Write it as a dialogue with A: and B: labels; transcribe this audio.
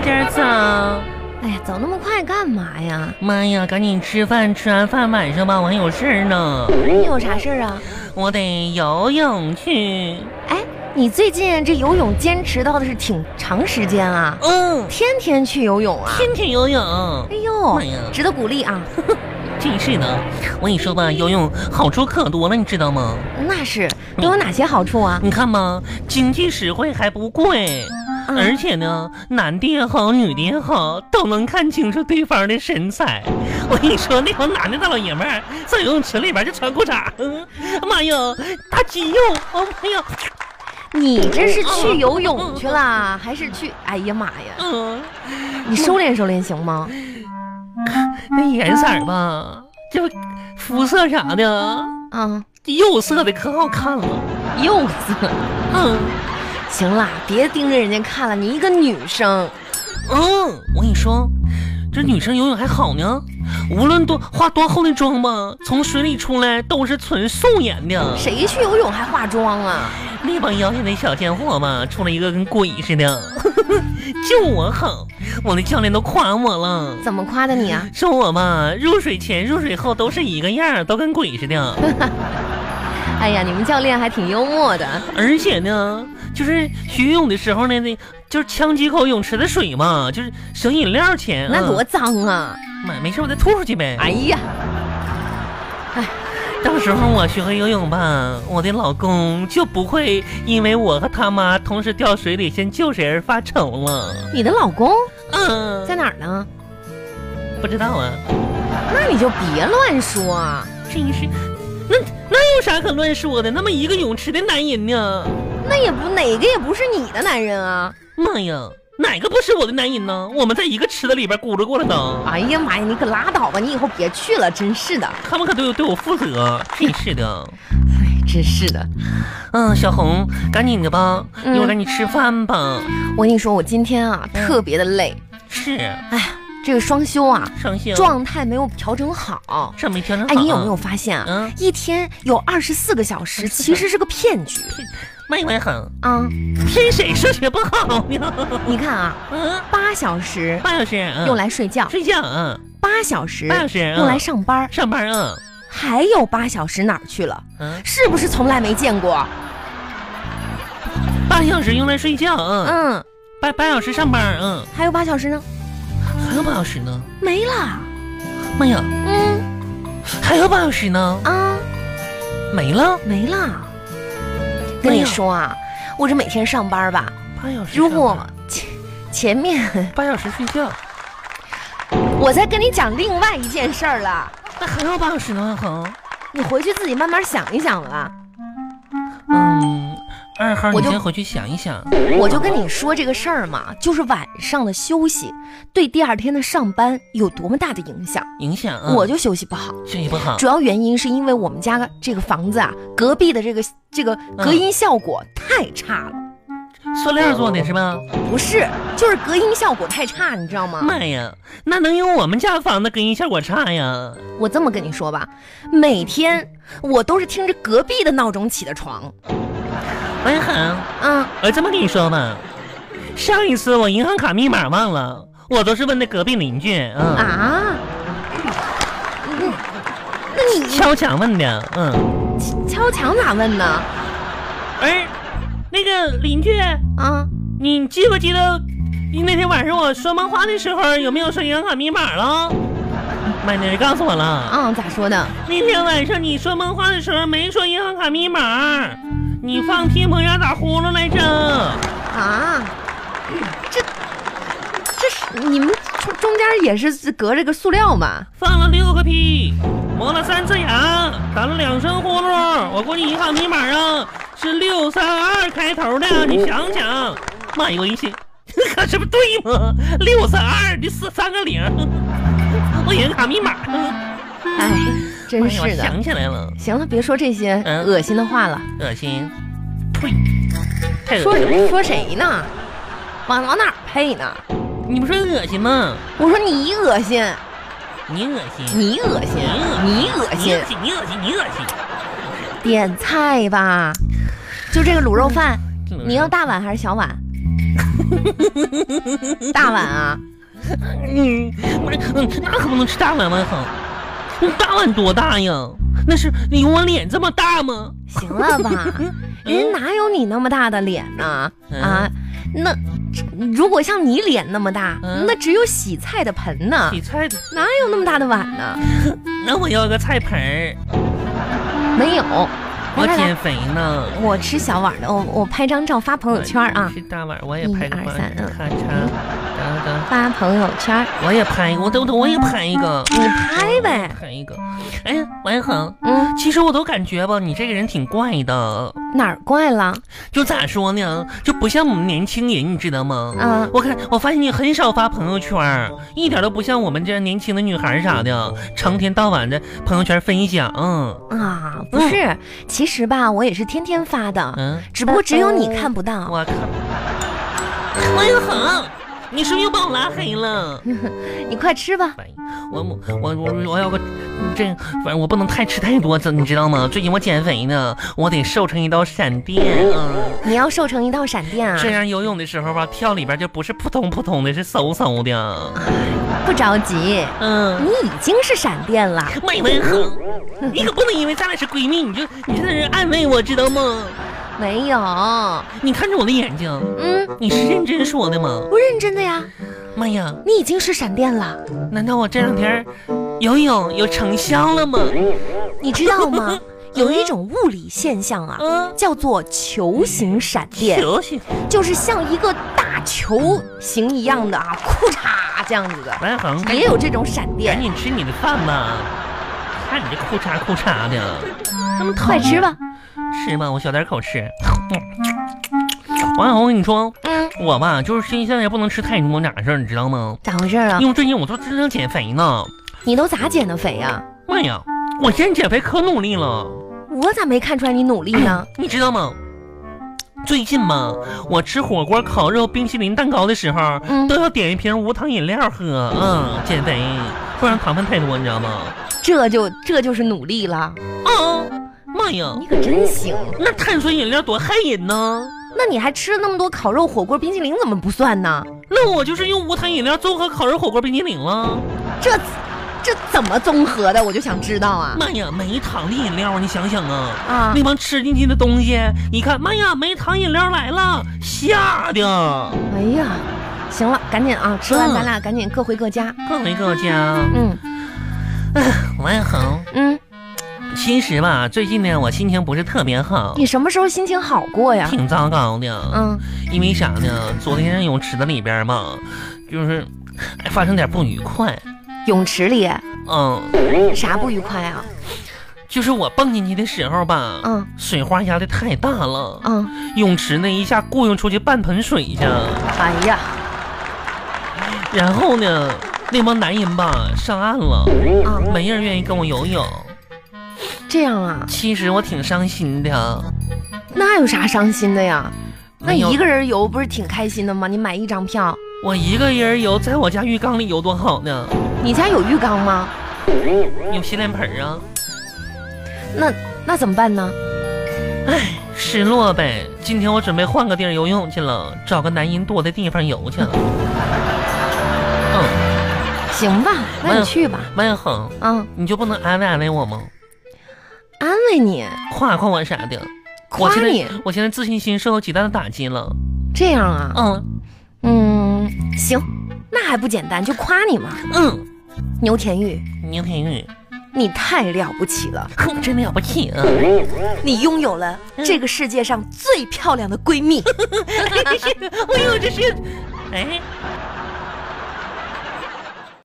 A: 点走！
B: 哎呀，走那么快干嘛呀？
A: 妈呀，赶紧吃饭，吃完饭晚上吧，我还有事儿呢，
B: 你有啥事儿啊？
A: 我得游泳去。
B: 哎，你最近这游泳坚持到的是挺长时间啊，
A: 嗯，
B: 天天去游泳啊？
A: 天天游泳
B: 哎，呦
A: 妈呀，
B: 值得鼓励啊！
A: 真是的。我跟你说吧，游泳好处可多了，你知道吗？
B: 那是都有哪些好处啊？
A: 你看嘛，经济实惠还不贵，
B: 嗯
A: 而且呢，男的也好，女的也好，都能看清楚对方的神采。我跟你说，那帮男的大老爷们儿在游泳池里边就穿裤衩，嗯妈呀，大肌肉，哦妈呀，
B: 你这是去游泳去了，还是去？哎呀妈呀，
A: 嗯，
B: 你收敛收敛行吗？
A: 那颜色儿吧，就肤色啥的，
B: 啊，
A: 釉色的可好看了，
B: 柚子。
A: 嗯
B: 行啦，别盯着人家看了，你一个女生，
A: 嗯，我跟你说。这女生游泳还好呢，无论多化多厚的妆吧，从水里出来都是纯素颜的。
B: 谁去游泳还化妆啊？
A: 那帮妖精的小贱货吧，出来一个跟鬼似的， 就我好，我的教练都夸我了，
B: 怎么夸的你啊？
A: 说我吧，入水前、入水后都是一个样儿，都跟鬼似的。
B: 哎呀，你们教练还挺幽默的。
A: 而且呢，就是学游泳的时候呢，那就是呛几口泳池的水嘛，就是省饮料钱。
B: 那多
A: 嗯
B: 脏啊！
A: 妈，没事，我再吐出去呗。
B: 哎呀，
A: 到时候我学会游泳吧，我的老公就不会因为我和他妈同时掉水里先救谁而发愁了。
B: 你的老公
A: 嗯，
B: 在哪儿呢？
A: 不知道啊。
B: 那你就别乱说啊！
A: 真是，那那有啥可乱说的？那么一个泳池的男人呢？
B: 那也不哪个也不是你的男人啊！
A: 妈呀，哪个不是我的男人呢？我们在一个池子里边咕噜过了都，
B: 哎呀妈呀，你可拉倒吧！你以后别去了，真是的，
A: 他们可都有对我负责，真是的。
B: 哎，真是的。
A: 嗯，小红，赶紧的吧，
B: 嗯
A: 一会儿赶紧吃饭吧。
B: 我跟你说，我今天啊
A: 嗯
B: 特别的累，哎
A: 是，
B: 这个双休啊
A: 伤心。
B: 状态没有调整好。
A: 这没调整好。
B: 哎，你有没有？发现啊？
A: 嗯，
B: 一天有二十四个小
A: 24
B: 时，其实是个骗局
A: 卖卖狠，
B: 啊！
A: 听谁数学不好 呢？
B: 你看啊，
A: 嗯，
B: 八小时
A: 半小时，嗯，
B: 用来睡觉，
A: 睡觉，嗯，
B: 八小时
A: 半小时
B: 用来
A: 嗯
B: 上班，
A: 上班，嗯
B: 还有八小时哪儿去了？
A: 嗯，
B: 是不是从来没见过？
A: 半小时用来睡觉，嗯，
B: 嗯，
A: 半半小时上班，嗯，
B: 还有八小时呢，
A: 还有半小时呢。
B: 没了。
A: 妈呀，
B: 嗯
A: 还有半小时呢，
B: 啊，
A: 没了
B: 没了。跟你说啊，我这每天上班吧，
A: 半小时上
B: 如
A: 班。
B: 果前前面
A: 半小时睡觉，
B: 我在跟你讲另外一件事儿了，
A: 那还有半小时呢，恒。
B: 你回去自己慢慢想一想吧。
A: 嗯，二号，
B: 我
A: 你
B: 就
A: 先回去想一想。
B: 我就跟你说这个事儿嘛，就是晚上的休息对第二天的上班有多么大的影响。
A: 影响啊，
B: 我就休息不好，
A: 学习不好
B: 主，要原因是因为我们家这个房子啊，隔壁的这个这个隔音效果太差了，
A: 塑料做的是吧？
B: 不是，就是隔音效果太差，你知道吗？
A: 妈呀，那能有我们家房子隔音效果差呀？
B: 我这么跟你说吧，每天我都是听着隔壁的闹钟起的床，
A: 哎呀，
B: 嗯，
A: 我这么跟你说吧，上一次我银行卡密码忘了，我都是问那隔壁邻居，嗯，
B: 啊，嗯那你
A: 敲墙问的，嗯，
B: 敲墙咋问呢？
A: 哎，那个邻居，
B: 啊，
A: 你记不记得你那天晚上我说梦话的时候有没有说银行卡密码了？麦妮儿告诉我了，
B: 啊、咋说的？
A: 那天晚上你说梦话的时候没说银行卡密码，你放屁蒙眼打呼噜来着。
B: 啊，这这是你们中中间也是隔着个塑料嘛？
A: 放了六个屁，磨了三次牙，打了两声呼噜。我估计银行密码啊是六三二开头
B: 哦
A: 的，啊你想想，妈呀，我一心， 可这不对吗？六三二，这四三个零，我银行卡密码。
B: 哎，真
A: 哎呀我
B: 是的。
A: 想起来了，
B: 行了，别说这些
A: 嗯
B: 恶心的话了。
A: 恶心，呸，太恶
B: 说
A: 心了。
B: 说谁呢？往往哪儿配呢？
A: 你不说恶心吗？
B: 我说你恶心，
A: 你恶心，
B: 你恶心，你
A: 你
B: 恶
A: 恶
B: 心
A: 心，，你恶心，你恶心。
B: 点菜吧。就这个卤肉饭，
A: 这种
B: 你要大碗还是小碗？大碗啊，
A: 嗯，那嗯那可不能吃大碗碗好。大碗多大呀？那是你有我脸这么大吗？
B: 行了吧？
A: 嗯
B: 人家哪有你那么大的脸呢？啊，那这如果像你脸那么大，
A: 嗯
B: 那只有洗菜的盆呢，
A: 洗菜的，
B: 哪有那么大的碗呢？
A: 那我要个菜盆儿，
B: 没有，
A: 我
B: 来来
A: 减
B: 来，
A: 肥呢。
B: 我吃小碗的，我我拍张照发朋友圈啊，
A: 是大碗，我也
B: 一
A: 拍个
B: 二
A: 碗，
B: 三嗯
A: 咔嚓，等等，
B: 发朋友圈，
A: 我也拍，我等等，我也拍一个，
B: 你拍呗，
A: 拍一个。哎呀，王一恒，
B: 嗯，
A: 其实我都感觉吧，你这个人挺怪的，
B: 哪儿怪了？
A: 就咋说呢，就不像我们年轻人，你知道吗？
B: 嗯
A: 我看我发现你很少发朋友圈儿，一点都不像我们这年轻的女孩儿啥的，成天到晚的朋友圈分享。嗯
B: 啊，不是，其实吧，我也是天天发的，
A: 嗯，
B: 只不过只有你看不到。
A: 我靠，王一恒，你是不是又把我拉黑了？
B: 你快吃吧，
A: 反应，我我我我要个这，反正我不能太吃太多，这你知道吗？最近我减肥呢，我得瘦成一道闪电，嗯，
B: 你要瘦成一道闪电啊！
A: 这样游泳的时候吧，跳里边就不是扑通扑通的，是嗖嗖的，
B: 不着急，
A: 嗯。
B: 你已经是闪电了。
A: 麦文恒，你可不能因为咱俩是闺蜜，你就你就在这安慰我，知道吗？
B: 没有，
A: 你看着我的眼睛，
B: 嗯，
A: 你是认真说的吗？
B: 不认真的呀，
A: 妈呀，
B: 你已经是闪电了，
A: 难道我这两天游泳有成效了吗？
B: 你知道 吗？有一种物理现象啊，
A: 嗯，
B: 叫做球形闪电，
A: 休息，
B: 就是像一个大球形一样的啊，库嚓这样子的，
A: 文恒，
B: 也有这种闪
A: 赶
B: 电。
A: 紧吃你的饭吧！看你这裤衩裤衩的，
B: 那么快吃吧，
A: 吃吧，我小点口吃。王小红，我跟你说，
B: 嗯，
A: 我吧，就是现在也不能吃太多，咋事儿你知道吗？
B: 咋回事啊？
A: 因为最近我都真正减肥呢。
B: 你都咋减的肥啊呀、
A: 妈哎呀，我现在减肥可努力了，
B: 我咋没看出来你努 力呢？
A: 你知道吗？最近嘛，我吃火锅、烤肉、冰淇淋、蛋糕的时候，
B: 嗯
A: 都要点一瓶无糖饮料喝，嗯，减肥，不然糖分太多，你知道吗？
B: 这就这就是努力了，
A: 啊，妈呀
B: 你，可真行。
A: 那碳水饮料多害人呢！
B: 那你还吃了那么多烤肉、火锅、冰淇淋，怎么不算呢？
A: 那我就是用无糖饮料综合烤肉火锅冰激凌了。
B: 这这怎么综合的？我就想知道啊
A: 妈呀，没糖的饮料啊，你想想啊，
B: 啊！
A: 那帮吃进去的东西，你看，妈呀，没糖饮料来了，吓的，
B: 哎呀，行了，赶紧啊，吃完
A: 嗯
B: 咱俩赶紧各回各家。
A: 各回各家。
B: 嗯
A: 王一恒，
B: 嗯，
A: 其实吧，最近呢，我心情不是特别好，
B: 你什么时候心情好过呀？
A: 挺糟糕的。
B: 嗯
A: 因为啥呢？昨天在泳池子里边嘛，就是哎发生点不愉快。
B: 泳池里
A: 嗯，
B: 啥不愉快啊？
A: 就是我蹦进去的时候吧，
B: 嗯
A: 水花压的太大了。
B: 嗯，
A: 泳池那一下雇佣出去半盆水去，
B: 哎呀，
A: 然后呢，那帮男人吧上岸了，
B: 啊，
A: 没人愿意跟我游泳。
B: 这样啊，
A: 其实我挺伤心的，
B: 那有啥伤心的呀？那
A: 没有
B: 一个人游不是挺开心的吗？你买一张票，
A: 我一个人游，在我家浴缸里游多好呢，
B: 你家有浴缸吗？
A: 有洗脸盆儿啊。
B: 那那怎么办呢？
A: 唉，哎失落呗。今天我准备换个地儿游泳去了，找个男人多的地方游去了。嗯，
B: 行吧，那
A: 嗯
B: 你去吧。
A: 万恒，
B: 嗯，
A: 你就不能安慰安慰我吗？
B: 安慰你，
A: 夸夸我啥的？我
B: 夸
A: 现
B: 你，
A: 在我现在自信心受到极大的打击了。
B: 这样啊？
A: 嗯
B: 嗯，行，那还不简单，就夸你嘛。
A: 嗯，
B: 牛田玉，
A: 牛田玉。
B: 你太了不起了，
A: 哼，真了不起啊！
B: 你拥有了
A: 嗯
B: 这个 世界上最漂亮的闺蜜。
A: 哎呦，这是，哎，